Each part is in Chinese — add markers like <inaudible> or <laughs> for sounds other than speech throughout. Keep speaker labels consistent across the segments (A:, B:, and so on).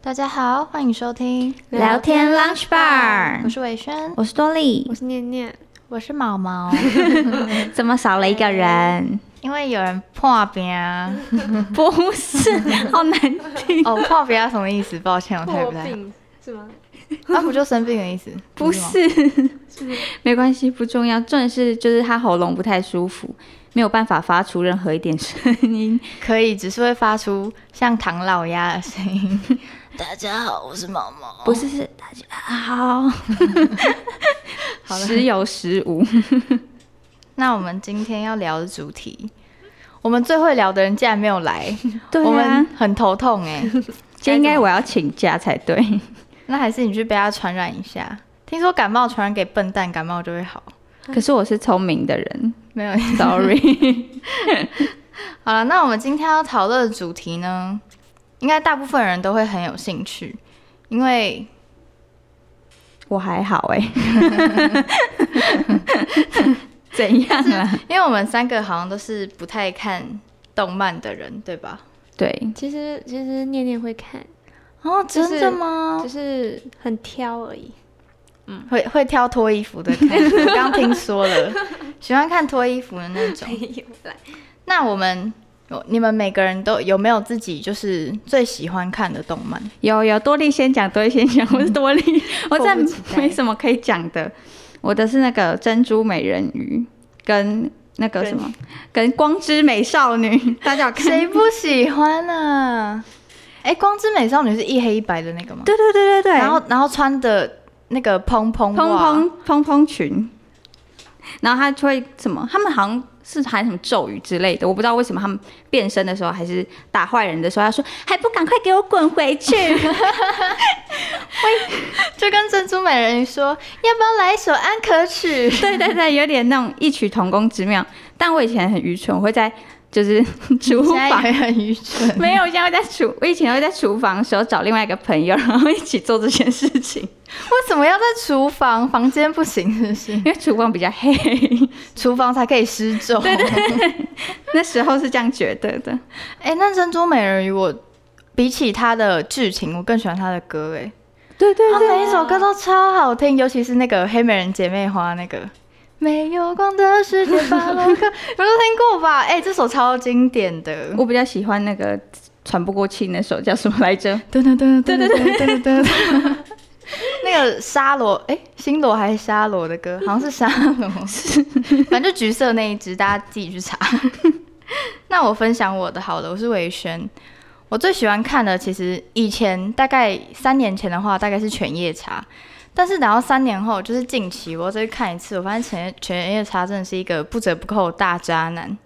A: 大家好，欢迎收听
B: 聊天 Lunch
A: 我
B: Bar，
A: 是伟轩，
B: 我是多莉
C: 我，是念念，
A: 我是毛毛， <laughs>
B: 怎么少了一个人？
A: 因为有人破冰啊，
B: 不是，好难听。
A: <laughs> 哦，破冰啊什么意思？抱歉，我太不
C: 破
A: 太好。
C: 病是吗？
A: <laughs> 啊，不就生病的意思？
B: 不
A: 吗，
B: 是，没关系，不重要。重点是就是他喉咙不太舒服，没有办法发出任何一点声音。
A: 可以，只是会发出像唐老鸭的声音。大家好，我是毛毛。
B: <laughs> 不是，是大家 <laughs> 好，
A: 好了
B: 时有时无。
A: 那我们今天要聊的主题，我们最会聊的人竟然没有来，
B: 对
A: 我
B: 啊
A: 们，很头痛哎、
B: 就应该我要请假才对。 <laughs>
A: 那还是你去被它传染一下。听说感冒传染给笨蛋，感冒就会好。
B: 可是我是聪明的人
A: 没有， <laughs>
B: <laughs> ，sorry。
A: 好了，那我们今天要讨论的主题呢，应该大部分人都会很有兴趣，因为
B: 我还好 <laughs> 哎、怎样啊？
A: 因为我们三个好像都是不太看动漫的人，对吧？
B: 对，
C: 其实其实念念会看，
A: 哦，
C: 就是
A: 真的吗
C: 只？是很挑而已。
A: 会会挑脱衣服的看， <laughs> 我刚听说了，喜欢看脱衣服的那种。
C: 有来，
A: 那我们。有你们每个人都有没有自己就是最喜欢看的动漫？
B: 有有多利先讲，多利先 <laughs> 讲，我是多利，我真的没什么可以讲的。我的是那个珍珠美人鱼跟那个什么，跟光之美少女， <laughs> 大家有看？
A: 谁不喜欢啊？ <laughs> 哎、光之美少女》是一黑一白的那个吗？
B: 对对对对对，
A: 然后然后穿的那个蓬蓬
B: 蓬
A: 袜
B: 蓬蓬蓬裙，然后他就会什么？他们好像是喊什么咒语之类的，我不知道为什么他们变身的时候还是打坏人的时候，他说还不赶快给我滚回 <laughs> 去！
A: 就跟珍珠美人鱼说，要不要来一首安可曲？
B: 对对对，有点那种异曲同工之妙。但我以前很愚蠢，我会在就是 <laughs> 厨
A: 现在
B: 房
A: 也很愚
B: <laughs>
A: 蠢。
B: 没有，现在会在厨，我以前会在厨房的时候找另外一个朋友，然后一起做这件事情，
A: <laughs> 为什么要在厨房？房间不行是不是？
B: 因为厨房比较黑，
A: <laughs> 厨房才可以施咒。对对
B: 那时候是这样觉得 <laughs> 的。
A: 哎、那珍珠美人鱼我。比起它的剧情，我更喜欢它的歌哎，
B: 对对
A: 它每一首歌都超好听，尤其是那个《黑美人姐妹花》那个没有光的世界 <laughs> 巴洛克，你们都听过吧？哎、这首超经典的，
B: 我比较喜欢那个喘不过气那首叫什么来着？
A: 噔噔噔噔噔噔噔噔噔。那个沙罗，哎、星罗还是沙罗的歌，好像是沙罗，反正就橘色那一只，大家自己去查。那我分享我的好了，我是维轩，我最喜欢看的其实以前大概三年前的话，大概是犬夜叉，但是等到三年后，就是近期我再去看一次，我发现犬犬夜叉真的是一个不折不扣的大渣男，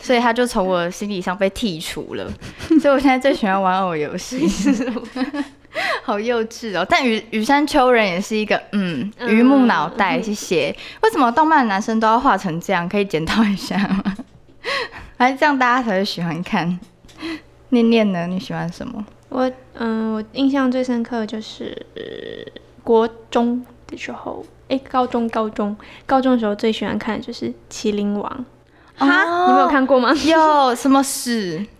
A: 所以他就从我的心理上被剔除了， <laughs> 所以我现在最喜欢玩偶游戏。好幼稚哦！但雨雨山丘人也是一个嗯
C: 嗯
A: 榆木脑袋，谢谢。为什么动漫男生都要画成这样？可以检讨一下吗？ <laughs> 还是这样大家才会喜欢看？念念呢？你喜欢什么？
C: 我嗯，我印象最深刻的就是、呃国中的时候，哎，高中高中高中的时候最喜欢看的就是《麒麟王》，
A: 哈
C: 你们有？看过吗？
A: 有什么史？
C: <laughs>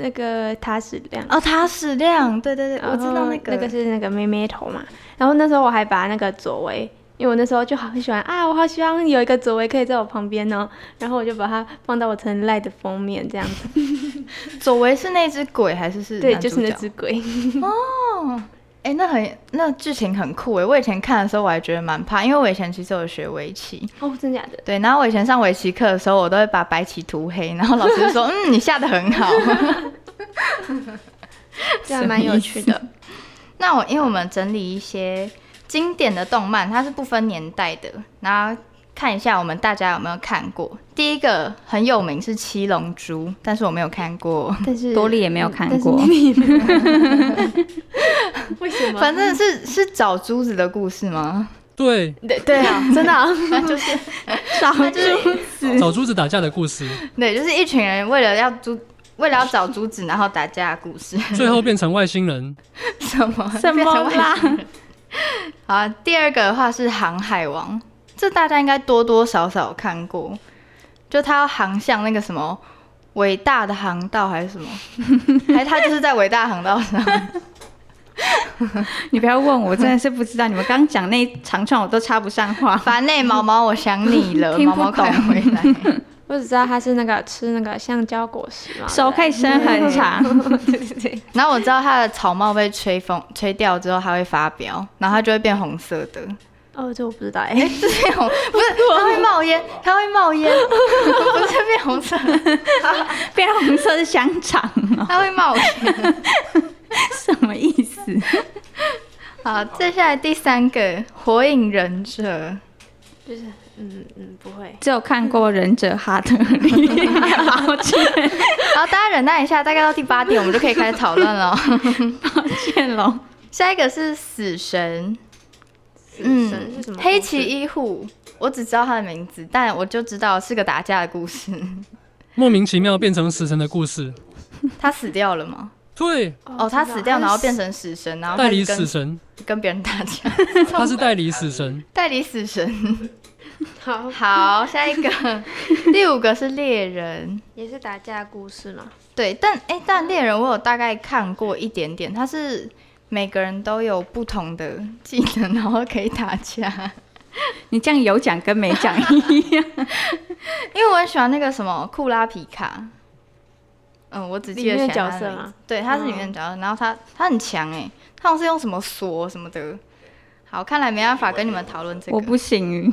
C: 那个他是亮。
A: 哦，塔矢亮，对对对，
C: 然
A: 我知道
C: 后
A: 那个
C: 哦那个是那个妹妹头嘛。然后那时候我还把那个左为，因为我那时候就好喜欢啊，我好希望有一个左为可以在我旁边哦。然后我就把它放到我曾赖的封面这样子。
A: 佐为是那只鬼还是是
C: 对，
A: 男
C: 就
A: 主
C: 是那
A: 角
C: 只鬼。
A: 哎、那很那剧情很酷哎！我以前看的时候我还觉得蛮怕，因为我以前其实有学围棋，
C: 哦，真假的？
A: 对，然后我以前上围棋课的时候，我都会把白棋涂黑，然后老师就
C: <laughs>
A: 说：“嗯，你下的很好。 <laughs>
C: 这样蛮有趣 <laughs> 的。”
A: 那我因为我们整理一些经典的动漫，它是不分年代的，然后看一下我们大家有没有看过。第一个很有名是《七龙珠》，但是我没有看过，
C: 但
B: <laughs>
C: 是
B: 多莉也没有看
C: 嗯但
B: <laughs>
C: 是
B: 过，
C: 你 <laughs> 为什么？
A: 反正是是找珠子的故事吗？
D: 对，
C: <laughs> 对对啊，真 <laughs> 的啊，
A: 就是
B: 少珠
D: 找珠子打架的故事，
A: 对，就是一群人为了要珠。为了要找珠子，然后打架的故事， <laughs>
D: 最后变成外星人。
A: 什么
B: 什
A: 变成
B: 么
A: 外
B: 啦？
A: 好啊，第二个的话是《航海王》，这大家应该多多少少有看过，就他要航向那个什么
B: <laughs>
A: 伟大的航道还是什么，还是他就是在伟大航道上。
B: 你不要问我，真的是不知道。你们刚讲那一长串我都插不上 <laughs> 话。
A: 烦内、毛毛，我想你了，
B: <laughs> 听
A: 毛
B: 不
A: 毛快
B: 懂
A: 回来。
C: 我只知道它是那个吃那个橡胶果实嘛，
B: 手可以伸很 <laughs> 长，
C: 对对对，
A: 然后我知道它的草帽被吹风吹掉之后，它会发飙，然后它就会变红色的，
C: 哦，这我不知道哎、
A: 是变红，不是它会冒烟，它会冒烟，不是变红色，
B: 变红色是香肠哦，
A: 它会冒烟。
B: 什么意思？ <laughs>
A: 好，接下来第三个火影忍者，
C: 就是嗯嗯不会，
B: 只有看过《忍者哈特利》， <laughs> 抱歉，
A: 然后大家忍耐一下，大概到第八点我们就可以开始讨论了哦。 <laughs>
B: 抱歉喽。
A: 下一个是死神，
C: 神是什么
A: 黑
C: 故
A: 崎一护，我只知道他的名字，但我就知道是个打架的故事。 <laughs>
D: 莫名其妙变成死神的故事。
A: 他死掉了吗？
D: 对，
A: 哦，
C: 啊
A: 他死掉，然后变
C: 成
A: 成死神，然后
D: 代理
A: 开
D: 死
A: 始
D: 神，
A: 跟跟别人打架， <laughs>
D: 他是代理死神。
A: 代理死神。
C: <laughs> 好，
A: 好，下一个，第五个是猎人。
C: 也是打架故事嘛，
A: 对，但哎、但猎人我有大概看过一点点，他是每个人都有不同的技能，然后可以打架。 <laughs>
B: 你这样有讲跟没讲一样，
A: 因为我很喜欢那个什么库拉皮卡，嗯，我只记
C: 里
A: 得
C: 面
A: 起来
C: 角
A: 他
C: 色
A: 的名
C: 吗嗯
A: 字对，他是里面的角色，然后他他很强哎、他好像是用什么锁什么的。好，看来没办法跟你们讨论这个。
B: 我不行。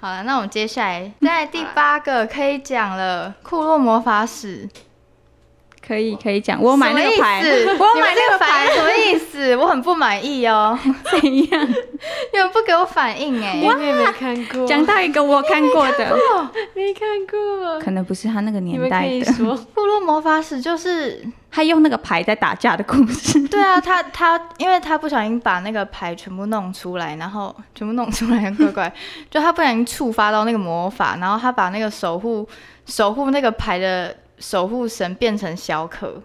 A: 好了，那我们接下
C: 嗯
A: 来在第八个可以讲了，库洛魔法使。
B: 可以可以讲，我买那个牌，
A: 什么意思
B: 我买
A: 你们这
B: 那
A: 个
B: 个牌
A: 牌什么意思？我很不满意哦，
B: 怎样？
A: 你们不给我反应哎、
C: 我也没看过，
B: 讲到一个我看过的，
C: 没看过，
B: 可能不是他那个
C: 你
B: 年
C: 们可
B: 代
C: 以
B: 的，
C: 说，
A: 库洛魔法使就是
B: 他用那个牌在打架的故
A: <laughs>
B: 事。
A: 对啊，他他因为他不小心把那个牌全部弄出来，然后全部弄出来，怪 <laughs> 怪，就他不小心触发到那个魔法，然后他把那个守护守护那个牌的守护神变成小可，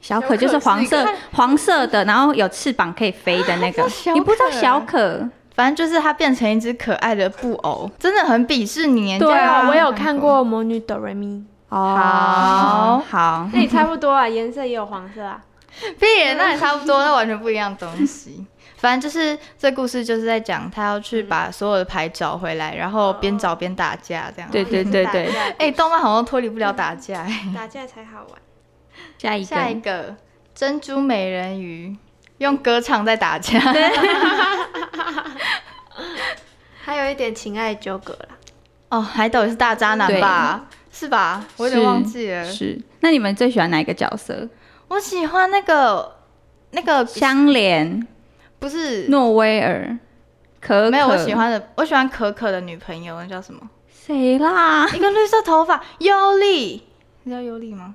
B: 小可就是黄色黄色的，然后有翅膀可以飞的那
A: 它
B: 个
A: 叫小，可
B: 你不知道小可？
A: 反正就是他变成一只可爱的布偶，真的很鄙视你耶。
B: 对啊
A: 你
C: 我
A: 竟然没
C: 有看。过《魔女哆
B: <laughs>
C: 瑞咪
A: 哦好
B: 好，
C: 那也差不多啊，颜色也有黄色啊，
A: <laughs> 屁耶，那也差不多，那完全不一样的东西。反正就是这故事就是在讲他要去把所有的牌找回来，然后边找边打架这样。
B: 对对对对，
A: 哎、动漫好像脱离不了打架、哎
C: 打架才好玩。
B: 下一
A: 下一
B: 个
A: 个珍珠美人鱼，用歌唱在打架。
C: 还有一点情爱纠葛啦，
A: <laughs> 哦，海斗也是大渣男
B: 对
A: 吧？是吧？我有点
B: 是
A: 忘记了。
B: 是，那你们最喜欢哪一个角色？
A: 我喜欢那个那个
B: 香莲、
A: 不是
B: 诺威尔、可可，
A: 没有我喜欢的，我喜欢可可的女朋友，那叫 <laughs> 什么？
B: 谁啦？
A: 一个绿色头发，尤莉，你知道尤莉吗？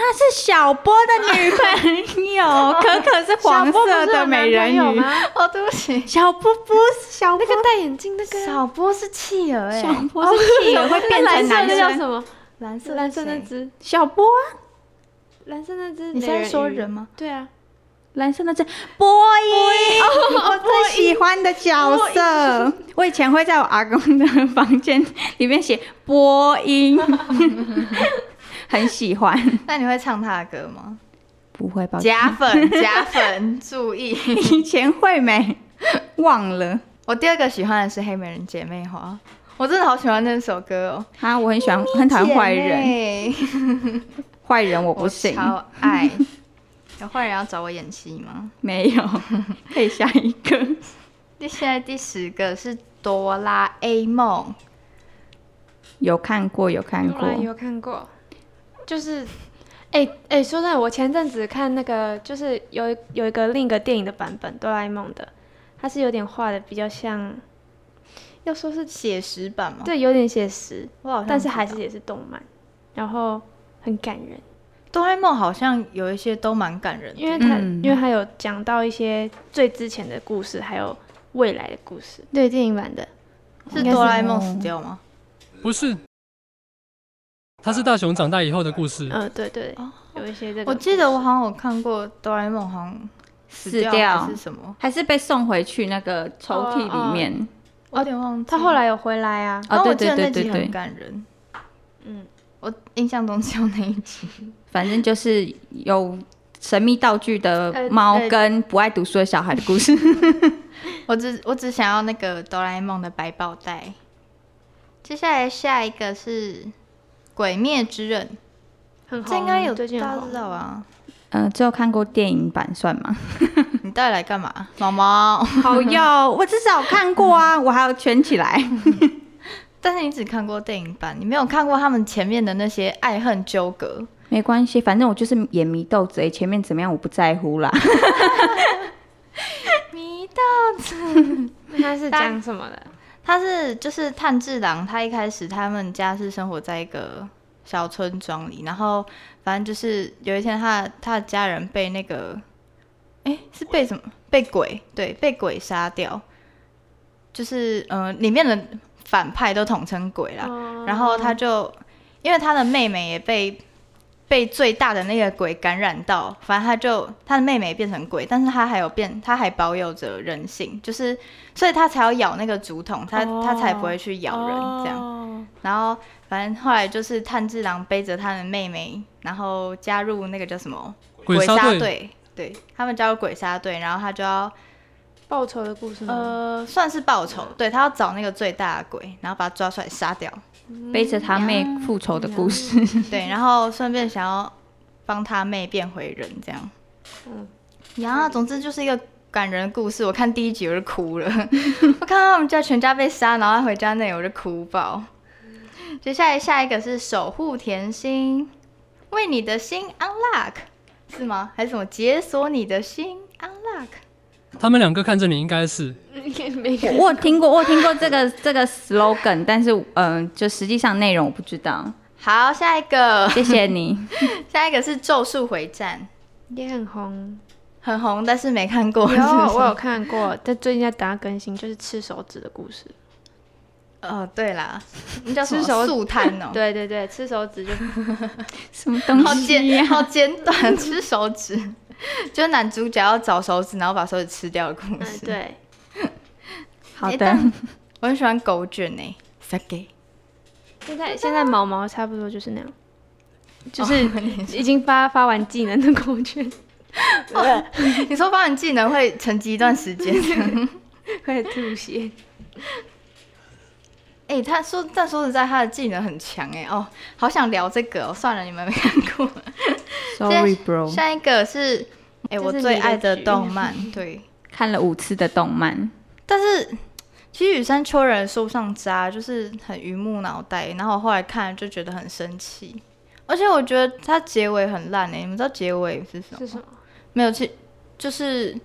B: 那是小波的女朋友， <laughs> 可可是黄色的美人
C: 小波不是有男朋友
B: 鱼。
C: 吗？
A: <laughs> 哦，对不起，
B: 小波不是小
C: 那
B: 波，
C: 个戴眼镜那个啊，
A: 小波是企鹅哎、
B: 小波是企鹅会变
C: 蓝
B: 成
C: 色
B: 男
C: 那叫什
B: 生。
C: 么？
A: 蓝色
C: 蓝色那
A: 谁，
C: 只，
B: 小波啊，
C: 蓝色那只。
A: 你现在说人？吗？
C: 对啊，
B: 蓝色那只波音，我最喜欢的角色。我以前会在我阿公的房间里面写波 <laughs> 音，很喜欢。
A: 那你会唱他的歌 <laughs> 吗？
B: 不会吧？
A: 假粉，假粉，注意！ <laughs>
B: 以前会没？忘了
A: 我第二个喜欢的是《黑美人姐妹花》，我真的好喜欢那首歌哦。
B: 啊，我很喜欢，很讨厌坏人，
A: 人，
B: 坏人欸我
A: 我
B: 不行，
A: 超爱。 <laughs> 有坏人要找我演戏吗？
B: 没 <laughs> 有。可以下一个。
A: 第现在第十个是哆啦 A 梦，
B: 有看过，有看
C: 当
B: 过，
C: 然有看过，就是。哎、哎、说真的，我前阵子看那个，就是有一有一个另一个电影的版本，哆啦 A 梦的，它是有点画的比较像，要说是
A: 写实版吗？，
C: 对，有点写实，
A: 我好像
C: 但是还
A: 知
C: 是
A: 道
C: 也是动漫，然后很感人，
A: 哆啦 A 梦好像有一些都蛮感人的，
C: 因为它、
B: 嗯
C: 因为它有讲到一些最之前的故事，还有未来的故事。对，电影版的，
A: 是
B: 应该是
A: 哆啦 A 梦死掉吗？
D: 不是，他是大雄长大以后的故事。
C: 嗯、对对，
A: 哦
C: 有一些这个。
A: 我记得我好像有看过哆啦 A 梦，好像死
B: 死
A: 掉
B: 掉
A: 还是什么，
B: 还是被送回去那个抽屉里面。
A: 我有点忘记。
C: 他后来有回来啊，
A: 然后
B: 哦，对
A: 我记
B: 对
A: 得那
B: 对
A: 集
B: 对
A: 很
B: 对，
A: 感人，
C: 嗯，
B: <laughs>
A: 我印象中只有那一集。
B: 反正就是有神秘道具的猫
A: 呃
B: 跟不爱读书的小孩的故 <laughs> 事。
A: 我只我只想要那个哆啦 A 梦的百宝袋。接下来下一个是《鬼灭之刃》，
C: 很红，啊
A: 这应该有
C: 最近
A: 大
C: 很
A: 家知
C: 红。 <laughs>
A: 道吧？
B: 呃，只有看过电影版算吗？
A: 你带来干嘛？毛毛， <laughs>
B: 好 <laughs> 哟，我至少看过啊，我还要圈起来。
A: 但是你只看过电影版，你没有看过他们前面的那些爱恨纠葛。
B: 没关系，反正我就是眼迷豆子而已，前面怎么样我不在乎啦。
A: 迷的，
C: 那它是讲什么的？
A: <laughs> 他是就是炭治郎，他一开始他们家是生活在一个小村庄里，然后反正就是有一天他他的家人被那个，哎、是被什么？被鬼对，被鬼杀掉，就是呃里面的反派都统称鬼啦，
C: 哦
A: 啊然后他就因为他的妹妹也被被最大的那个鬼感染到，反正他就他的妹妹变成鬼，但是他还有变，他还保有着人性，就是所以他才要咬那个竹筒，他、他才不会去咬人这样。
C: 样。
A: 然后反正后来就是炭治郎背着他的妹妹，然后加入那个叫什么
D: 鬼杀
A: 杀
D: 队
A: 队，对他们加入鬼杀队，然后他就要
C: 报仇的故事吗？ <laughs>
A: 呃算是报仇，对他要找那个最大的鬼，然后把他抓出来杀掉。
B: 背着他妹复仇的故事，
A: 对，然后顺便想要帮他妹变回人，这样。嗯
C: 嗯，
A: 呀，总之就是一个感人的故事。我看第一集我就哭了， <laughs> 我看到他们家全家被杀，然后他回家那里我就哭爆。接下来下一个是守护甜心，为你的心 unlock 是吗？还是什么解锁你的心 unlock？
D: 他们两个看着你应该是
C: 没
B: 我我有听过，我有听过这个这个 slogan，但是嗯、呃就实际上内容我不知道。
A: 好，下一个， <laughs>
B: 谢谢你，
A: 下一个是《咒术回战
C: 也很红。》，
A: 很红，但是没看过。
C: <laughs>
A: <laughs>
C: 有
A: 是不是
C: 我有看过，但最近在打更新，就是吃手指的故事。
A: 哦，对啦，那叫什
C: 吃手
A: 么素摊哦？
C: 对对对，吃手指
A: <laughs>
C: 就
B: 什么东
A: 好
B: 西呀、
A: 简好简短， <laughs> 吃手指，就是男主角要找手指，然后把手指吃掉的故
C: 嗯
A: 事。
C: 对，
B: 好
A: 诶
B: 的，
A: 哎但我很喜欢狗卷诶、欸，给
C: 现在现在毛毛差不多就是
A: 哦
C: 那样，就是已经发发完技能的狗圈，
A: 你说发文技能会沉寂一段时间。
C: <laughs> 快吐血。
A: 哎、他说，但说实在，他的技能很强哎、哦，好想聊这个、哦，算了，你们没看过。
B: Sorry bro，
A: 下一个是，哎、
C: 这是
A: 我最爱的
C: 你的剧
A: 动漫，
C: <laughs>
A: 对，
B: 看了五次的
A: <laughs>
B: 动漫，
A: 但是其实羽山秋人说不上渣，就是很榆木脑袋。然后我后来看了就觉得很生气，而且我觉得它结尾很烂欸诶、你们知道结尾 <laughs> 是什么？
C: 是什么？
A: 没有，其就是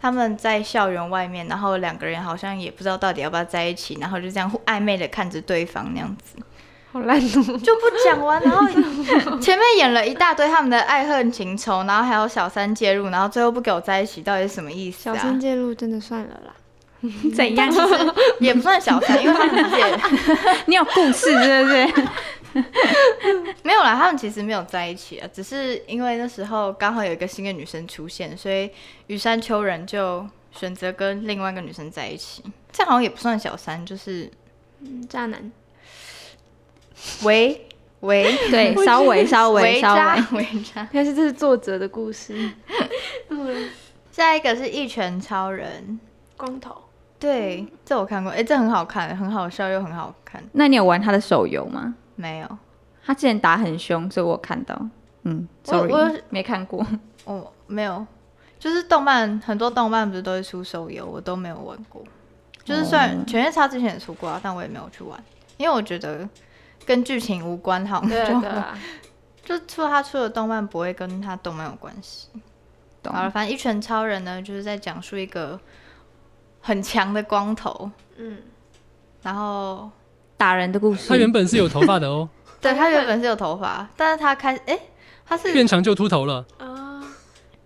A: 他们在校园外面，然后两个人好像也不知道到底要不要在一起，然后就这样互暧昧的看着对方那样子，
C: 好烂哦！
A: 就不讲完。然后前面演了一大堆他们的爱恨情仇，然后还有小三介入，然后最后不给我在一起，到底是什么意思
C: 小
A: 啊？
C: 三介入真的算了啦，
B: 怎样？
A: 也不算小三，因为他们自己也。
B: 你有故事是不是？ <laughs>
A: 没有啦，他们其实没有在一起啊，只是因为那时候刚好有一个新的女生出现，所以羽山秋人就选择跟另外一个女生在一起。这好像也不算小三，就是
C: 嗯渣男。
B: <laughs>
A: 喂喂
B: 对，稍微稍微
A: 喂
B: 稍微
A: 渣，喂渣。
C: 但是这是作者的故 <laughs> 事，
A: 下一个是一拳超人，
C: 嗯光头
A: 对，这我看过，哎、这很好看，很好笑又很好看。
B: 那你有玩他的手游吗？
A: 没有，
B: 他之前打很凶，所以我有看到。嗯
A: 我
B: ，sorry，
A: 我
B: 没看过。
A: 哦，没有，就是动漫很多动漫不是都会出手游，我都没有玩过。就是虽然《犬夜叉》之前也出过啊，但我也没有去玩，因为我觉得跟剧情无关，好像 <laughs>
C: 对
A: 就
C: 啊对啊，
A: 就出他出的动漫不会跟他动漫有关系。
B: 懂
A: 好了，反正《一拳超人》呢，就是在讲述一个很强的光头，
C: 嗯，
A: 然后
B: 打人的故
D: 他原
B: 事，
D: 本是有头发的哦，
A: 对
C: 他
A: 他
C: 原
A: 原本是有头发，但是他开哎、他是
D: 变强就秃头了。
C: 啊，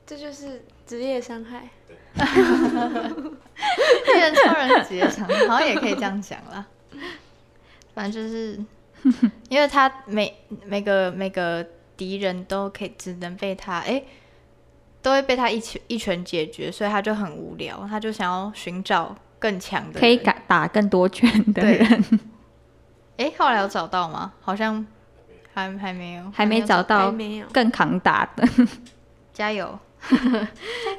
C: 这就是职业伤害。
A: 一拳超人直接上，好像也可以这样讲啦。反正就是，
B: <laughs>
A: 因为他每每个每个敌人都可以只能被他哎、诶都会被他一拳一拳解决，所以他就很无聊，他就想要寻找更强的人。
B: 可以打打更多拳的
A: 对 <laughs>
B: 人，
A: 哎、后来有找到吗？好像还还没有，
B: 还没找
A: 有
B: 到
C: 还没有
B: 更扛打的。
A: 加
B: <laughs>
A: 油！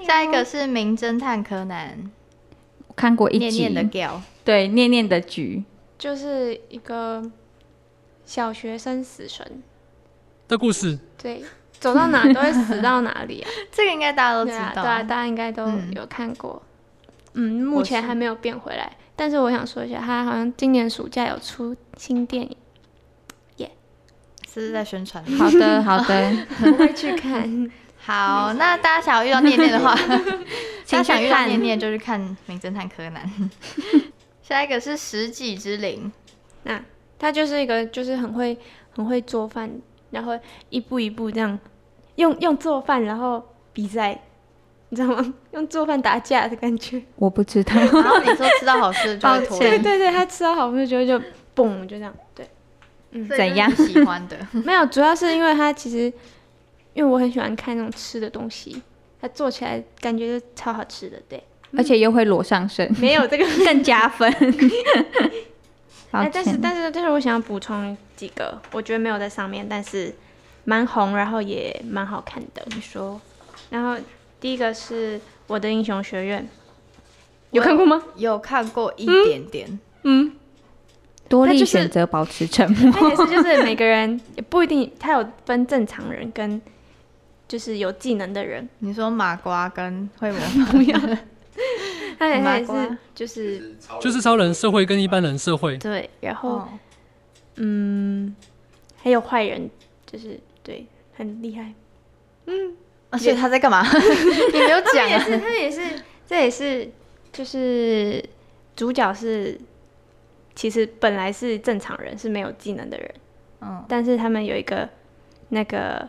A: 下一个是《名侦探柯南
B: 我看过》，一
A: 念
B: 集，
A: 念的 Gal，
B: 对念念的局，
C: 就是一个小学生死神，
D: 的故事，
C: 对，走到哪都会死到哪里啊。
A: 这个应该 <laughs> 大家都
C: 对
A: 知
C: 啊，
A: 道。
C: 对啊，大家应该都
A: 嗯
C: 有看过。嗯，目前还没有变回来，但是我想说一下，他好像今年暑假有出新电
A: <laughs>
C: 影，
A: 是不是在宣传？
B: 好的好
A: <laughs>
B: 的，
C: 我会去看。
A: 好，那大家想要遇到念念
B: <laughs>
A: 的话，大家
B: 请
A: 想遇
B: 去
A: 到
B: 看
A: 念念就去看《名侦探柯
B: <laughs>
A: 南》。下一个是《十己之灵
C: 那他就是一个就是很会很会做饭，然后一步一步这样用用做饭，然后比赛，你知道吗？ <laughs> 用做饭打架的感觉。
B: 我不知道，》，
A: 然后你说吃到好吃的就会脱
B: 抱
A: 离
C: <laughs> 对
B: 歉，
C: 对对，他吃到好吃就就嘣就这样，对。
A: 所以就是
B: 怎样
A: 你喜欢的？
C: <laughs>
B: <laughs>
C: 没有，主要是因为它其实，因为我很喜欢看那种吃的东西，它做起来感觉就超好吃的。对，
B: 而且又会裸上身，
C: <laughs> 没有这个。
B: 更加分。抱
C: <laughs> 哎，但是
B: 歉
C: 但是但是我想要补充几个，我觉得没有在上面，但是蛮红，然后也蛮好看的。你说？然后第一个是《我的英雄学院》，有看过
B: <laughs>
C: 吗？
A: 有看过一点点，
C: 嗯，
B: 多
C: 那
B: 利
C: 就是
B: 选择保持沉默，
C: 它也是就是每个人也不一定，它有分正常人跟就是有技能
B: <laughs>
C: 的人，
A: 你说麻瓜跟会魔
C: 它也它也
A: 麻瓜
C: 是就是
D: 就是超人社会跟一般人社会，
C: 对，然后。
A: 哦，
C: 嗯，还有坏人，就是对，很厉害。
A: 而
B: 哦
A: 且他在干嘛？ <laughs> 你没有
C: 他
A: 讲
C: 们也
A: 啊？
C: 是，他们也是，这也是就是主角是，其实本来是正常人，是没有技能的人，
A: 嗯，
C: 但是他们有一个那个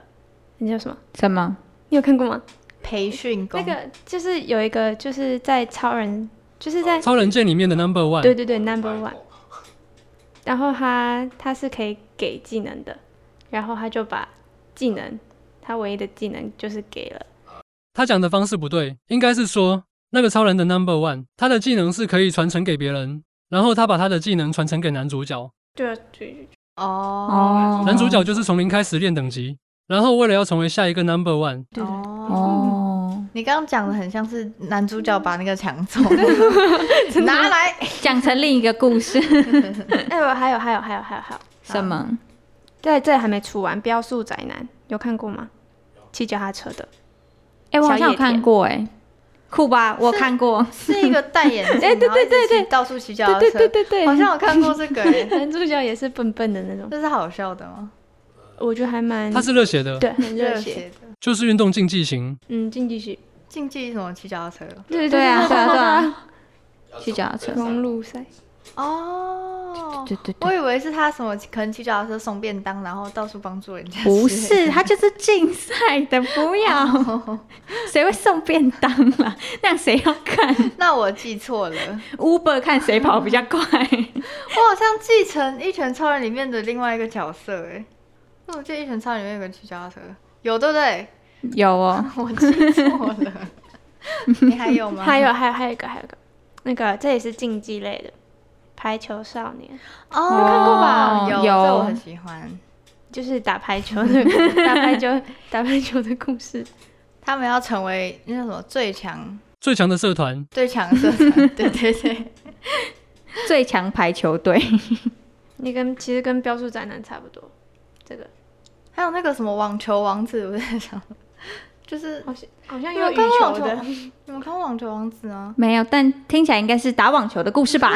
C: 那叫什么？
B: 什么？
C: 你有看过吗？
A: 培训
C: 那
A: 工
C: 个就是有一个就是在超人，就是在
D: 超人界里面的 Number One，
C: 哎对对对，Number One。然后他他是可以给技能的，然后他就把技能，他唯一的技能就是给了。
D: 他讲的方式不对，应该是说那个超人的 Number One，他的技能是可以传承给别人，然后他把他的技能传承给男主角，
C: 对啊，对
A: 哦
B: 哦，
D: 男主角就是从零开始练等级，然后为了要成为下一个 Number One，
C: 对对，
B: 哦，
A: 你刚刚讲的很像是男主角把那个抢
B: <laughs>
A: 走，拿
B: 拿来
A: 来。
B: 讲成另一个故
C: <laughs>
B: 事，
C: 哎，我还有还有还有还有还有，
B: 什么？
C: 这这还没出完，《标速宅男》有看过吗？骑脚踏车的，
B: 哎、我好像
C: 小野
B: 有
C: 田
B: 看过、哎，酷吧？我看过，
A: 是一个戴眼镜，
B: <laughs> 哎对对对
A: 然
B: 对
A: 后一直骑到处骑脚踏车，
B: 对对对对，
A: <laughs> 好像我看过这个、欸，
C: 男主角也是笨笨的那种，
A: 这是好笑的吗？
C: 我觉得还蛮
D: 他是热血的，
C: 嗯对，很热血。
A: 的，
D: 就是运动竞技型，
C: 嗯，进继续，
A: 竞技什么骑脚踏车
C: <laughs> 对
B: 对啊，对啊，对，
C: <laughs>
B: 啊，骑脚踏车，
C: 公路赛，
A: 哦。
B: 对对
A: 我
B: 对，
A: 以为是他什么，可能骑脚踏车送便当，然后到处帮助人家。
B: 不是，，他就是竞赛的，不要，
C: <laughs>
B: 谁会送便当啦？那谁要看
A: 那我记错了，我
B: ？Uber 看谁跑比较
C: <laughs>
B: 快？
A: 好像继承《一拳超人》里面的另外一个角色、欸，哎，那我记得《一拳超人》里面有个骑脚踏车，有对不对？
B: 有哦，
A: 我记错了，你还有吗？哦
C: 还有还有还有一个还有一个，那个这也是竞技类的，排球少年。
A: 哦，有看过吧？
B: 哦
A: 有，
B: 有
A: 这我很喜欢。
C: 就是打排球
B: <laughs>
C: 的打排球打排球的故事，
A: 他们要成为那叫什么最强
D: 最强的社团，
A: 最强社团，对对对，
B: <laughs> 最强排球 <laughs> 队，
C: 你跟其实跟标速宅男差不多。这个
A: 还有那个什么网球王子，我在想，就是
C: 好像好像
A: 你
C: 有
A: 们
C: 羽
A: 看过
C: 球
A: 网球
C: 的，，
A: 你们看过网球王子啊？
B: 没有，但听起来应该是打网球的故事 <laughs> 吧？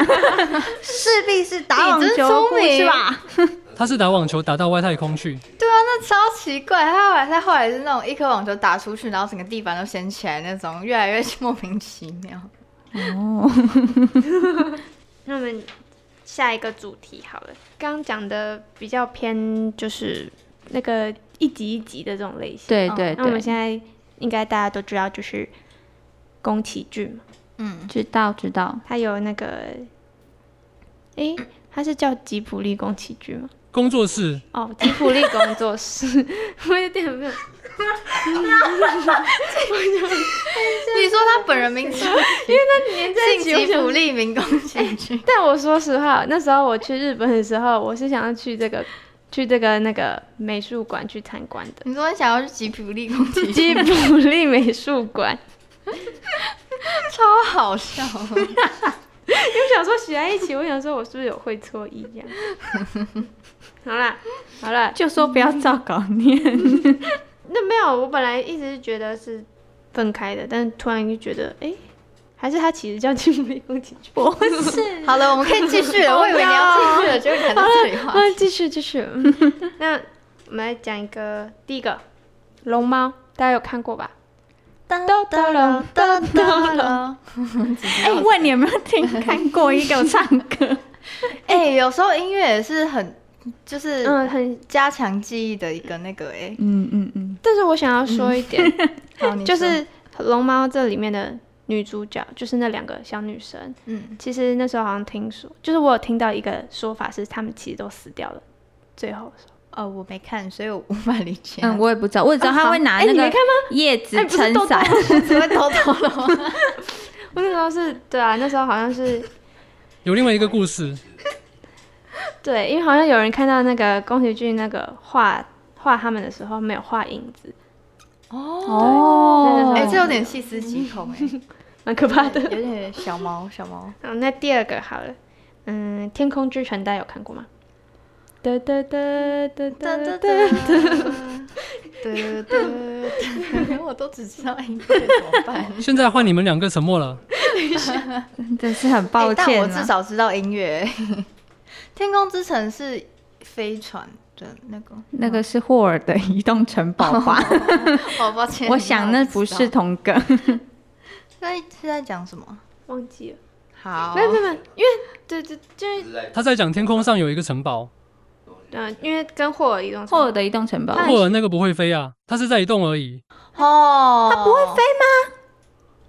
B: 势必是打网
A: 你真聪
B: 球的故事
A: 明
B: 吧？
D: 他是打网球打到外太空去，
A: 对啊，那超奇怪，他后来他后来是那种一颗网球打出去，然后整个地板都掀起来那种，越来越莫名其妙。
B: 哦，
C: 那我们下一个主题好了，刚刚讲的比较偏就是那个一集一集的这种类型。
B: 对
A: 哦
B: 对
C: 那我们
B: 对，
C: 现在应该大家都知道，就是宫崎骏嘛，
A: 嗯，
B: 知道知道，
C: 他有那个，诶，他是叫吉卜力宫崎骏吗？
D: 工作室
C: 哦，吉卜力工作室， <laughs> 我有点没有
A: 你说他本人名字，
C: 连在
A: 晋
C: 一起，我
A: 级
C: 想
A: 福利民工进去，，
C: 但我说实话，那时候我去日本的时候，我是想要去这个去这个那个美术馆去参观的
A: 你说你想要去吉普力宫崎骏，
C: <laughs> 吉卜力美术馆。
A: 超好笑。
C: <laughs> 因为想说写在一起，我想说我是不是有会错意呀？ <laughs> 好啦，好啦，
B: 就说不要照稿念。
C: 那没有，我本来一直是觉得是分开的，但是突然就觉得，哎、还是他其实叫吉卜力宫崎骏。 <laughs> 不是，
A: 好了，我们可以继续了。我以为你要继续了，结果你还在这里话。
C: 啊，继续继续。 <laughs> 嗯那我们来讲一个，第一个龙猫，大家有看过吧？
A: 噔噔噔噔噔。
B: <laughs> 哎、问你有没有听看过一个唱歌？
A: 哎，有时候音乐也是很，就是
C: 嗯，很。
A: 加强记忆的一个那个哎。
B: <laughs> 嗯嗯嗯，
C: 但是我想要说一点，
A: 好你
C: 就
A: 说
C: 是龙猫这里面的女主角，就是那两个小女生，
A: 嗯，
C: 其实那时候好像听说，就是我有听到一个说法是，他们其实都死掉了，最后的时候。
A: 哦，我没看，所以我无法理解。<laughs>
B: 嗯，我也不知道，我只知道他会拿
C: 哎、
B: 那
C: 你没
B: 个
C: 看吗？
B: 叶子
C: 哎不是
B: 撑
C: 豆豆
B: 伞。
A: 只会偷偷
B: <laughs> 嗯
A: 的。
C: 我那时候是对啊，那时候好像是
D: 有另外一个故事，
C: 对，因为好像有人看到那个宫崎骏那个画画他们的时候没有画影子，
A: 哦，
B: 哦
A: 哎，
C: 哎
A: 这有点细思极恐哎，
B: <laughs>
C: 蛮可怕
A: 有
C: 的。
A: 点小毛小毛。
C: 嗯，那第二个好了，嗯，《天空之城》大家有看过吗？哒哒哒哒
A: 哒
C: 哒
A: 哒
C: 哒
A: 哒
C: 哒。
A: 哒哒，我都只知道音乐怎么
B: <laughs>
A: 办？哎
D: 现在换你们两个沉默了。
B: 真的是很抱
A: 欸但
B: 歉
A: 我
B: 啊
A: 至少知道音乐。哎 <laughs> 天空之城是飞船的那个，
B: 那个是霍尔的移动城堡吧？
A: 哦，抱歉，
B: <laughs> 我想那不是
A: 我知道。
B: 同个。
A: 那是在讲什么？
C: 忘记了，
A: 好
C: 没，有没有，没有因为对对，就是
D: 他在讲天空上有一个城堡，
C: 嗯、因为跟霍尔移动城
B: <laughs> 霍尔的移动城堡，
C: 哎
D: 霍尔那个不会飞啊，他是在移动而已。
A: 哦，它不会飞。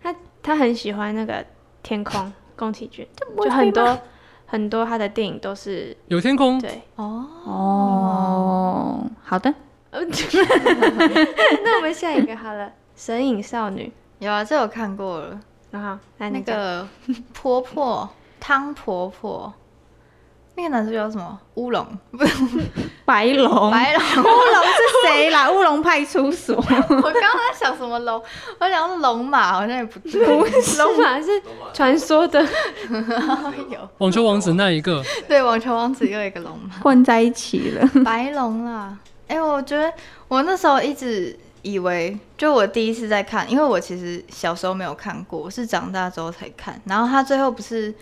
C: 他他很喜欢那个天 <laughs> 空宫崎骏，就很多很多他的电影都是
D: 有天空，
C: <laughs> 对。
A: 哦，
B: 哦，好的，
C: 呃那我们下一个好了，《神隐少女
A: 有啊，这我看过了。》，
C: 然后来
A: 那
C: 你讲
A: 个婆婆汤婆婆，那个男主角叫什么？乌龙，不是
B: 白龙，
A: 白龙。
B: 乌龙 <laughs> 是谁啦？乌龙派出所，
A: 我刚刚在想什么龙，我想是龙马好像也不对，
C: 龙马是传说的，
A: <laughs> 有
D: 网球王子那一个，
A: 对网球王子又一个龙马。
B: 混在一起 <laughs> 了。
A: 白龙啦，哎、我觉得我那时候一直以为，就我第一次在看，因为我其实小时候没有看过，我是长大之后才看。然后他最后不是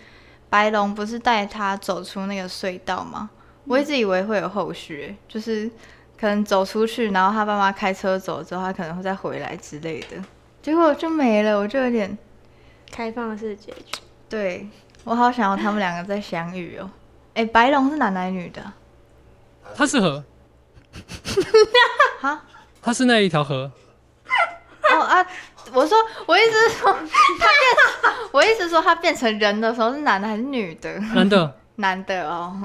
A: 白龙不是带他走出那个隧道吗？我一直以为会有后续，就是可能走出去，然后他爸妈开车走之后，他可能会再回来之类的。结果就没了，我就有点
C: 开放式结局。
A: 对我好想要他们两个再相遇哦。哎、白龙是男男女的啊？
D: 他
C: <laughs>
D: 是河，
A: 哈
D: 他是那一条河，
A: 哦啊，我说，我一直说他变，我一直说他变成人的时候是男的还是女的？
D: 男的。
A: 男的哦，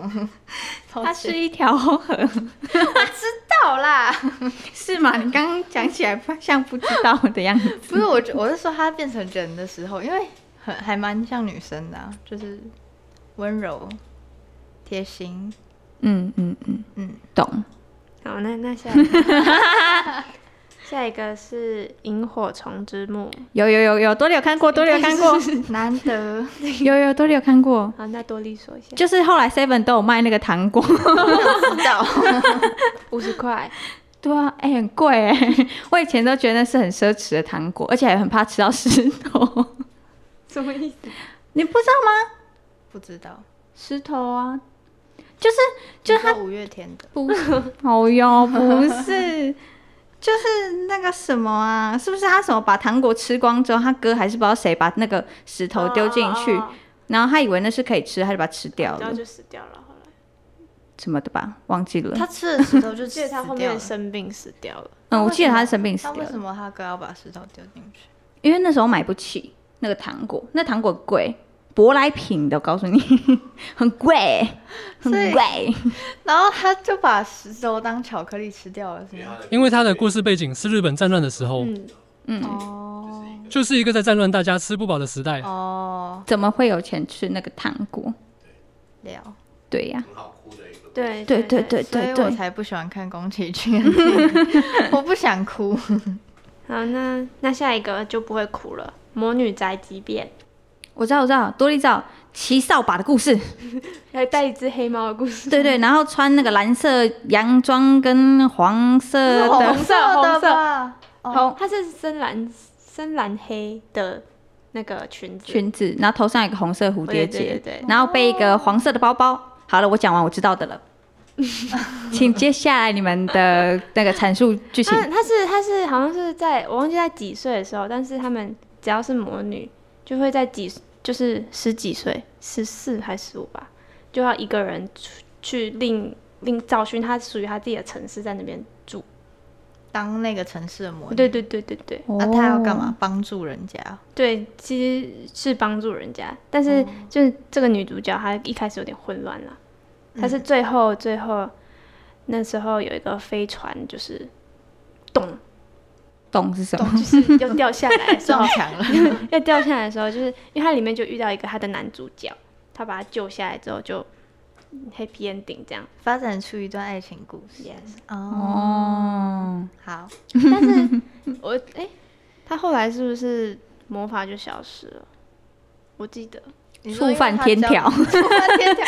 B: 它是一条河，
A: <laughs> 我知道啦，
B: <laughs> 是吗？你刚刚讲起来不像不知道的样子。
A: 不是我觉，我是说他变成人的时候，因为很还蛮像女生的啊、就是温柔、贴心，
B: 嗯嗯嗯
A: 嗯，
B: 懂。
C: 好，那那下一个， <laughs> 下一个是《萤火虫之墓
B: 有有有有，多里有看过，多里有看过，
A: 难得
B: 有有多里有看过》。。
C: 好，那多利说一下，
B: 就是后来 Seven 都有卖那个糖 <laughs> 果，
A: 知道， <laughs>
C: 五十块，
B: 对啊，哎、很贵哎、我以前都觉得那是很奢侈的糖果，而且还很怕吃到石头。
C: 什么意思？
B: 你不知道吗？
A: 不知道，
B: 石头啊，就是
A: 就
B: 就是
A: 五月天的
B: 不是，哦哟，不是，就是那个什么啊，是不是他什么把糖果吃光之后，他哥还是不知道谁把那个石头丢进去，
C: 哦哦哦哦
B: 然后他以为那是可以吃，他就把它吃掉
C: 然
B: 了
C: 后就死掉了。后来，
B: 什么的吧，忘记了。
A: 他吃了石头 <laughs> 就
C: 记得
A: 死
C: 他后
A: 掉
C: 面
A: 了。
C: 生病死掉了。
B: 嗯，我记得他是生病死
A: 那
B: 掉
A: 为什
B: 了，
A: 么他哥要把石头丢进去？
B: 因为那时候买不起那个糖果，那糖果贵。舶来品的，我告诉你， <laughs> 很贵，很
A: 所以
B: 贵。
A: 然后他就把石头当巧克力吃掉了，是吗？
D: 因为他的故事背景是日本战乱的时候，
C: 嗯，
B: 嗯，
A: 哦
D: 就是一个在战乱大家吃不饱的时代。
A: 哦，
B: 怎么会有钱吃那个糖果？
A: 了，
B: 对呀、
A: 哦
E: 很好哭的一个
C: 对
B: 对对对
C: 对
A: 所以
B: 对
A: 我
B: 对，
A: 才不喜欢看宫崎骏的电影，我不想
B: <laughs>
A: 哭。
C: 好，那那下一个就不会哭了，《魔女宅急便
B: 我知道我知道，多利照骑扫把的故事，》
C: 还带一只黑猫的故事，
B: 对对，然后穿那个蓝色洋装跟
A: <laughs>
B: 黄色
A: 是
B: 的，
A: 色
C: 红
A: 的
C: 色
A: 吧？
B: 红
C: <laughs> 它是深蓝深蓝黑的那个裙子，
B: 裙子，然后头上有一个红色蝴蝶
C: 对
B: 结，
C: 对对对
B: 然后背一个黄色的包包。好了，我讲完我知道的了，请接下来你们的那个阐述剧情
C: 他。他啊是他是好像是在我忘记在几岁的时候，但是他们只要是魔女，就会在几就是十几岁，十四还十五吧，就要一个人出去另另找寻她属于她自己的城市，在那边住。
A: 当那个城市的魔女。
C: 对对对对对
A: 那、他要干
B: 哦
A: 嘛？帮助人家。
C: 对，其实是帮助人家，但是就是这个女主角她一开始有点混乱了，她是最后最后那时候有一个飞船就是咚，
B: 懂是什 <laughs> 么？
C: 就是要掉下来的时候
A: 撞，墙
B: <laughs>
A: 了，
C: 要掉下来的时候，就是因为它里面就遇到一个它的男主角，他把他救下来之后就 happy ending 这样。
A: 发展出一段爱情故事。
C: Yes，
A: 哦，
B: 哦，
A: 好，
C: 但是我哎、他后来是不是魔法就消失了？我记得
A: 你说
B: 触犯天条，
A: 因为他交 <laughs> 触犯天
B: <laughs>
A: 条，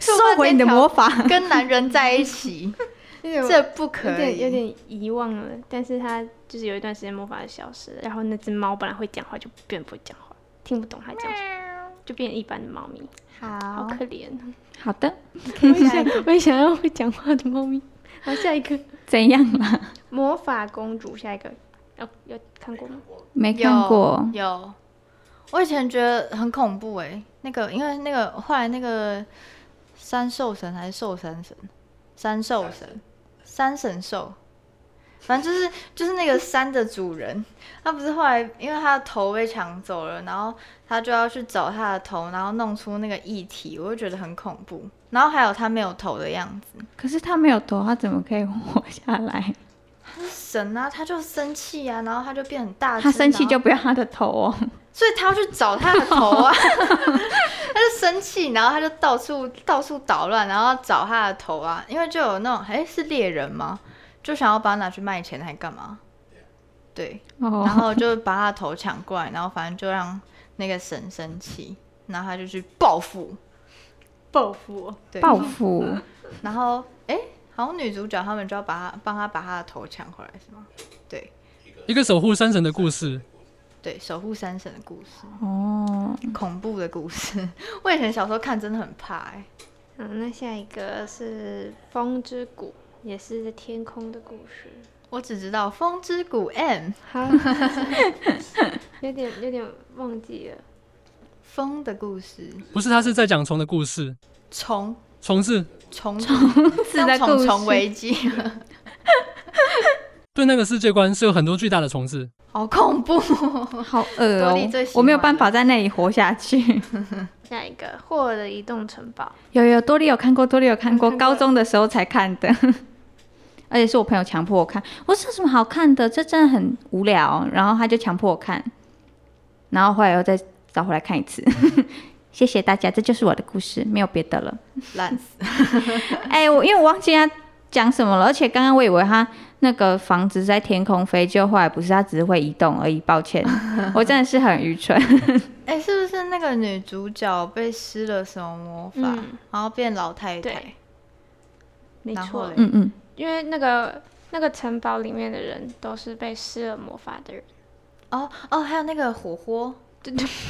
B: 收回你的魔法。
A: 跟男人在一起，
C: <laughs>
A: 这不可
C: 有
A: 以，
C: 点有点遗忘了。但是他就是有一段时间魔法就消失了，然后那只猫本来会讲话就变不会讲话，听不懂它讲什么，就变一般的猫咪，好
A: 好。
C: 可怜。啊
B: 好的，
A: 可以下一
C: <laughs> 我也想要会讲话的猫咪。好，下一个
B: 怎样啊啦？
C: 魔法公主，下一个哦，有看过吗？
B: 没看过，
A: 有，我以前觉得很恐怖哎、那个因为那个后来那个三兽神还是兽三神，三兽神，三神兽，反正就是就是那个山的主人， <laughs> 他不是后来因为他的头被抢走了，然后他就要去找他的头，然后弄出那个液体，我就觉得很恐怖。然后还有他没有头的样子，
B: 可是他没有头，他怎么可以活下来？
A: 神啊，他就生气啊，然后他就变很大只，
B: 他生气
A: 然后
B: 就不要他的头哦。
A: 所以他要去找他的头
C: <laughs>
A: 啊，他就生气，然后他就到处到处捣乱，然后找他的头啊，因为就有那种哎是猎人吗？就想要把它拿去卖钱还干嘛？对，然
B: 哦，
A: 后就把他的头抢过来，然后反正就让那个神生气，然后他就去报复，
C: 报复我，
A: 对，
B: 报复。
A: 然后哎好像女主角他们就要把他帮他把他的头抢回来是吗？对
D: 一个守护山神的故事。
A: 对，守护山神的故事，
B: 哦，
A: 恐怖的故事， <laughs> 我以前小时候看真的很怕哎、
C: 嗯，那下一个是《风之谷》，也是天空的故事。
A: 我只知道《风之谷 M》
C: 好， <laughs> 有点有点忘记了。
A: 风的故事，
D: 不是，他是在讲虫的故事。
A: 虫
D: 虫是
A: 虫虫
B: 是的故
A: 虫
B: 事
A: 虫危机，
D: 对那个世界观是有很多巨大的虫子。
A: <laughs> 好恐怖、
C: <laughs>
A: 哦！
B: 好恶
A: 多
B: 哦
A: 利最喜欢！的
B: 我没有办法在那里活下去。 <laughs>
C: 下一个，霍尔的移动城堡，
B: 有有，多利有看过，多利有看过，
C: 我看过
B: 高中的时候才看的， <laughs> 而且是我朋友强迫我看。我说这有什么好看的？这真的很无聊。然后他就强迫我看，然后后来又再找回来看一次。 <laughs> 谢谢大家，这就是我的故事，没有别的了。
A: 烂死！
B: 哎、我因为我忘记他讲什么了，而且刚刚我以为他那个房子是在天空飞，就后来不是，它只是会移动而已。
A: <laughs>
B: 抱歉，我真的是很愚蠢。
A: 哎、是不是那个女主角被施了什么魔法，
C: 嗯
A: 然后变老太太
C: 对？没
A: 然后
C: 错
A: 嘞，
B: 嗯嗯，
C: 因为那个那个城堡里面的人都是被施了魔法的人。
A: 哦哦，还有那个火锅，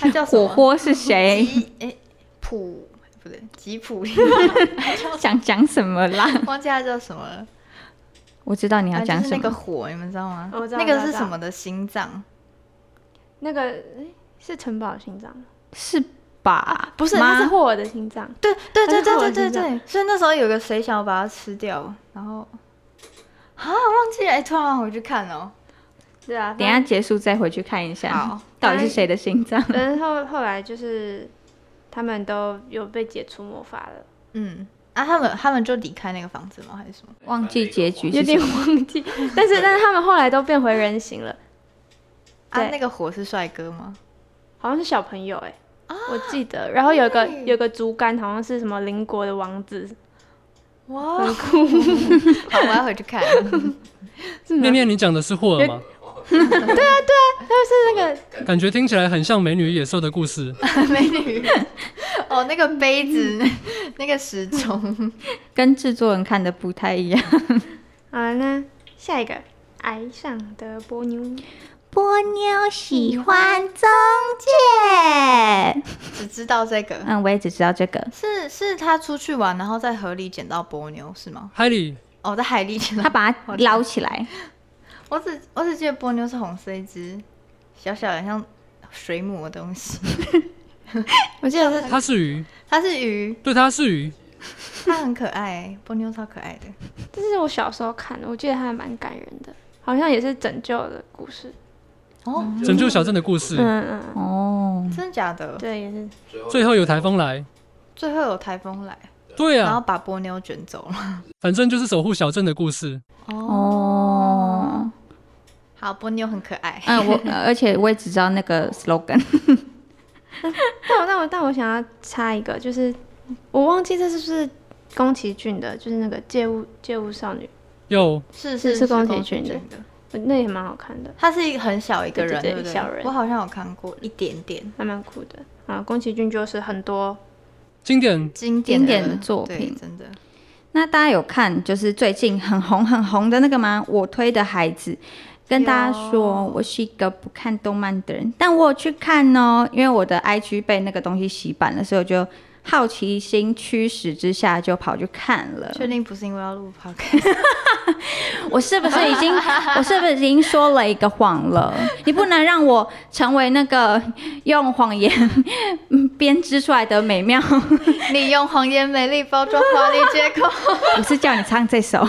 A: 它叫什
B: 火
A: 么？
B: 锅是谁？
A: 吉哎、普不对，吉普，
B: <laughs> 想讲什么啦？
A: <laughs> 忘记它叫什么了。
B: 我知道你
A: 啊
B: 要
A: 就
B: 讲
A: 是
B: 什
A: 那个
B: 么。
A: 火，你们知道吗？
C: 我知道
A: 那个
C: 我
A: 是
C: 知道
A: 什么的心脏？
C: 那个诶是城堡的心脏吗，
B: 是吧？
C: 不是，
B: 吗
C: 它是霍尔的心脏。
A: 对对对
C: 但是
A: 对
C: 后来
A: 对对
C: 就这
A: 对，所以那时候有个谁想要把它吃掉，然后啊忘记了，哎、突然回去看哦。
C: 对啊，
B: 等一下结束再回去看一下
A: 好，
B: 到底是谁的心脏？
C: 然呃后后来就是他们都有被解除魔法了，
A: 嗯，啊，他们他们就离开那个房子吗？还是什么？
B: <laughs> 忘记结局
C: 有
B: 是
C: 点
B: 什么？
C: 忘记。但是但是他们后来都变回人形了，
A: 啊，
C: 对
A: 那个火是帅哥吗？
C: 好像是小啊朋友哎、我记得。然后有一个
A: 对
C: 有一个竹竿，好像是什么邻国的王子，哇，
A: <laughs> 好，我要回去看。 <laughs>
D: 念念，你讲的是霍尔吗？
C: 那个
D: 感觉听起来很像《美女与野兽》的故事。
A: 美女，哦，那个杯
C: <laughs>
A: 子，那个时钟，
B: 跟制作人看的不太一样。
C: 好了，那下一个爱上的波妞，
B: <laughs> 波妞喜欢中介。
A: 只知道这个。
B: 嗯，我也只知道这个。
A: 是是他出去玩，然后在河里捡到波妞是吗？
D: 海里
A: 哦，在海里捡
B: 他
A: 到。
B: 把它捞起来，
A: 我只我只记得波妞是红色一只小小的像水母的东西。 <laughs> 我记得是
D: 它是鱼，
A: 它是鱼，
D: 对，它是鱼。
A: 它很可爱，欸波妞超可爱的。
C: 这是我小时候看的，我记得还蛮感人的，好像也是拯救的故事。
A: 哦，
D: 拯救小镇的故事。
C: 嗯嗯嗯，
B: 哦，
A: 真的假的？
C: 对，也是。
D: 最后有台风来，
A: 最后有台风来，
D: 对
A: 然后
D: 啊，
A: 把波妞卷走了。
D: 反正就是守护小镇的故事。
B: 哦，
A: 好，波妞很可爱。
B: 嗯，我 <laughs> 呃而且我也只知道那个 slogan，
C: 但我但我但我想要插一个，就是我忘记这是不是宫崎骏的，就是那个《借物借物少女
D: 有
A: 是
C: 是是宫崎骏的
A: 的，》，
C: 那也蛮好看的，
A: 他是一个很小一个人，
C: 对对
A: 不
C: 对
A: 对？
C: 小人
A: 我好像有看过一点点
C: 还蛮酷的啊。宫崎骏就是很多
D: 经典，
A: 经典的
B: 经典的作品
A: 对真的。
B: 那大家有看就是最近很红很红的那个吗？我推的孩子，跟大家说，我是一个不看动漫的人，但我有去看哦，因为我的 IG 被那个东西洗版了，所以我就好奇心驱使之下就跑去看了。
A: 确定不是因为要录 podcast？ <laughs>
B: 我是不是已经，我是不是已经说了一个谎了？你不能让我成为那个用谎言嗯编织出来的美妙。
A: 你用谎言美丽包装华丽借口。 <laughs>
B: 我是叫你唱这首。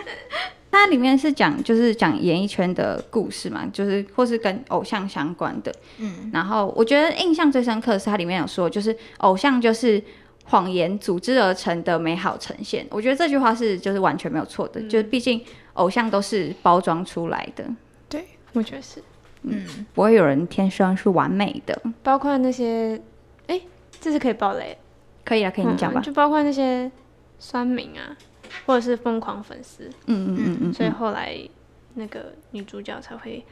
B: <laughs> 那里面是讲就是讲演艺圈的故事嘛，就是或是跟偶像相关的。
A: 嗯，
B: 然后我觉得印象最深刻的是它里面有说，就是偶像就是谎言组织而成的美好呈现。我觉得这句话是就是完全没有错的，就是毕竟偶像都是包装出来的，
C: 对，我觉得是，
B: 不会有人天生是完美的。
C: 包括那些，哎、这是可以爆雷，
B: 可以啊，可以，你讲吧
C: 嗯。就包括那些酸民啊，或者是疯狂粉丝，
B: 嗯嗯嗯嗯。
C: 所以后来那个女主角才会，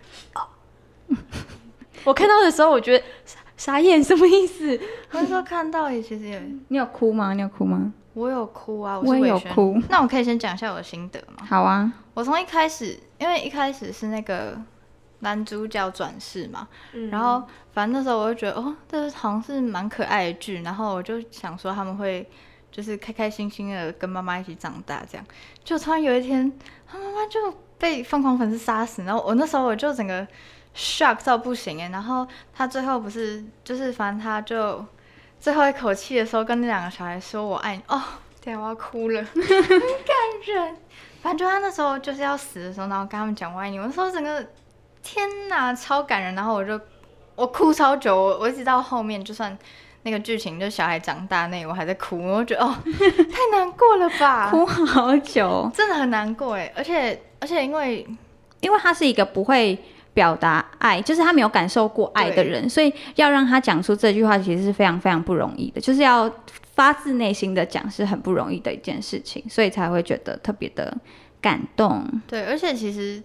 C: 哦、 <laughs> 我看到的时候我觉得傻傻眼，什么意思？
A: 那时候看到也其实也，
B: 你有哭吗？你有哭吗？
A: 我有哭啊，
B: 我
A: 是
B: 也有
A: 伟轩。
B: 哭。
A: 那我可以先讲一下我的心得吗？
B: 好啊， <laughs>
A: 我从一开始，因为一开始是那个男主角转世嘛，
C: 嗯
A: 然后反正那时候我就觉得，哦，这好像是蛮可爱的剧，然后我就想说他们会就是开开心心的跟妈妈一起长大这样。就突然有一天，他妈妈就被疯狂粉丝杀死，然后我那时候我就整个 shock 到不行哎。然后他最后不是就是反正他就最后一口气的时候跟那两个小孩说我爱你哦，天啊，我要哭了，很 <laughs> 感人。反正就他那时候就是要死的时候，然后跟他们讲我爱你，我那时候整个天哪，超感人。然后我就我哭超久，我我一直到后面，就算那个剧情就小孩长大那，我还在哭，我就觉得哦，太难过了吧，
B: 哭好久，哦
A: 真的很难过哎。而且而且因为
B: 因为他是一个不会表达爱，就是他没有感受过爱的人，所以要让他讲出这句话，其实是非常非常不容易的，就是要发自内心的讲，是很不容易的一件事情，所以才会觉得特别的感动。
A: 对，而且其实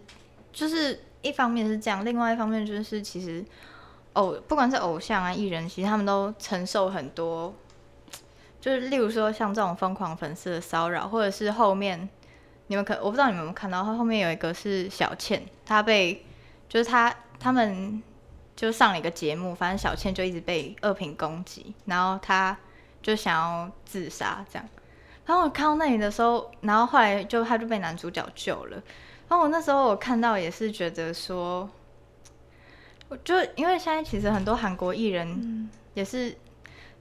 A: 就是一方面是这样，另外一方面就是其实偶不管是偶像啊艺人，其实他们都承受很多，就是例如说像这种疯狂粉丝的骚扰，或者是后面你们可我不知道你们有没有看到，后面有一个是小倩，她被就是她他们就上了一个节目，反正小倩就一直被恶评攻击，然后她就想要自杀这样。然后我看到那里的时候，然后后来就她就被男主角救了。然后我那时候我看到也是觉得说，我就因为现在其实很多韩国艺人也是，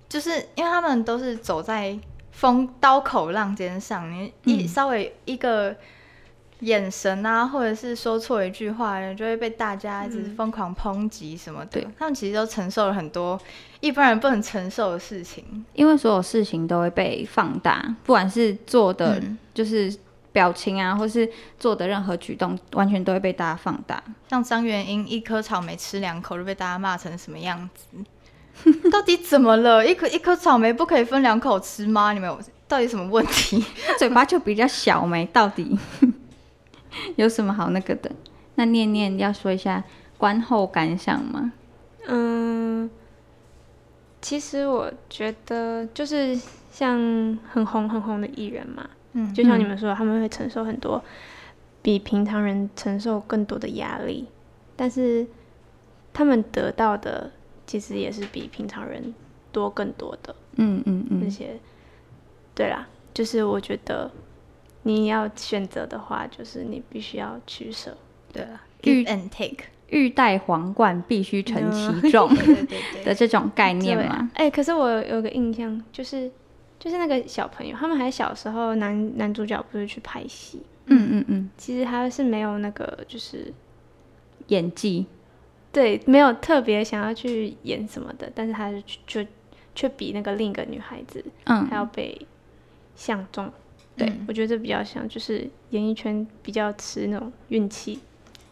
A: 就是因为他们都是走在风刀口浪尖上，你一稍微一个眼神啊，或者是说错一句话，就会被大家一直
C: 嗯
A: 疯狂抨击什么的。
B: 对
A: 他们其实都承受了很多一般人不能承受的事情。
B: 因为所有事情都会被放大，不管是做的
A: 嗯
B: 就是表情啊，或是做的任何举动，完全都会被大家放大。
A: 像张元英一颗草莓吃两口就被大家骂成什么 <laughs> 样子？到底怎么了？一颗一颗草莓不可以分两口吃吗？你们有到底什么问题？
B: 他嘴巴就比较小没，到底 <laughs> 有什么好那个的？那念念要说一下观后感想吗？
C: 嗯，其实我觉得就是像很红很红的艺人嘛，
A: <laughs> 嗯
C: 就像你们说的，他们会承受很多比平常人承受更多的压力，但是他们得到的其实也是比平常人多更多的
B: 嗯嗯
C: 那
B: 嗯，
C: 些。对啦，就是我觉得你要选择的话，就是你必须要取舍。
A: 对了
B: 欲
A: ，give and take，
B: 欲戴皇冠必须承其
C: 嗯
B: 重
A: 对对
B: <laughs> 的
A: 对，
B: 这种概念
C: 对
B: 嘛
C: 啊。，哎、可是我有个印象，就是就是那个小朋友，他们还小时候男，男主角不是去拍戏，
B: 嗯嗯嗯，
C: 其实他是没有那个，就是
B: 演技，
C: 对，没有特别想要去演什么的，但是他就就却比那个另一个女孩子
B: 嗯
C: 还要被相中。
A: 对
C: 我觉得这比较像，就是演艺圈比较吃那种运气。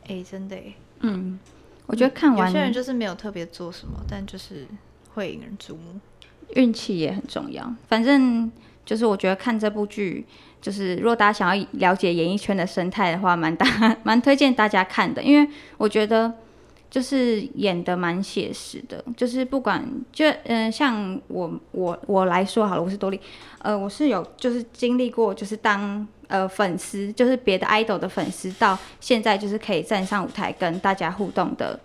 A: 哎，真的耶，
B: 嗯，我觉得看
A: 有
B: 完
A: 些人就是没有特别做什么，但就是会引人注目。
B: 运气也很重要。反正就是我觉得看这部剧，就是如果大家想要了解演艺圈的生态的话，蛮大蛮推荐大家看的，因为我觉得就是演的蛮写实的，就是不管就嗯、呃像我我我来说好了，我是多莉，呃，我是有就是经历过，就是当呃粉丝，就是别的 idol 的粉丝，到现在就是可以站上舞台跟大家互动的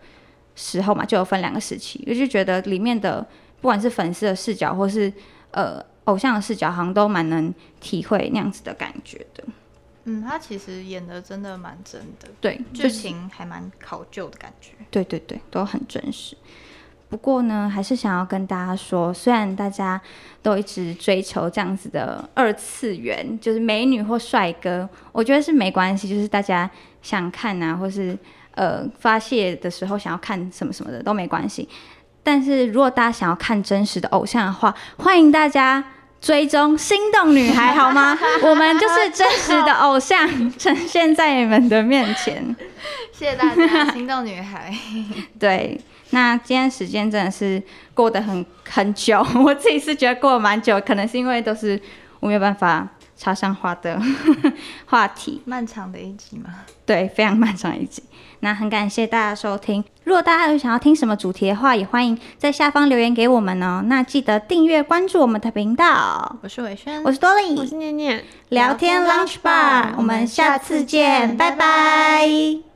B: 时候嘛，就有分两个时期，我就觉得里面的不管是粉丝的视角，或是呃偶像的视角，好像都蛮能体会那样子的感觉的。
A: 嗯，他其实演的真的蛮真的，
B: 对，就
A: 剧
B: 是
A: 情还蛮考究的感觉。
B: 对对对，都很真实。不过呢，还是想要跟大家说，虽然大家都一直追求这样子的二次元，就是美女或帅哥，我觉得是没关系，就是大家想看啊，或是呃发泄的时候想要看什么什么的都没关系。但是如果大家想要看真实的偶像的话，欢迎大家追踪心动女孩，好吗？我们就是真实的偶像呈现在你们的面前。
A: <laughs> 谢谢大 <laughs> 家，心动女孩，
B: 对，那今天时间真的是过得很很久， <laughs> 我自己是觉得过得蛮久，可能是因为都是我没有办法插上话的 <laughs> 话题，
A: 漫长的一集嘛。
B: 对，非常漫长一集。那很感谢大家收听，如果大家有想要听什么主题的话，也欢迎在下方留言给我们哦。那记得订阅关注我们的频道，
A: <laughs> 我是伟轩，
B: 我是多
C: 我
B: 莉，
C: 是念念。
B: 聊天 Lunch Bar，我们下次见，拜拜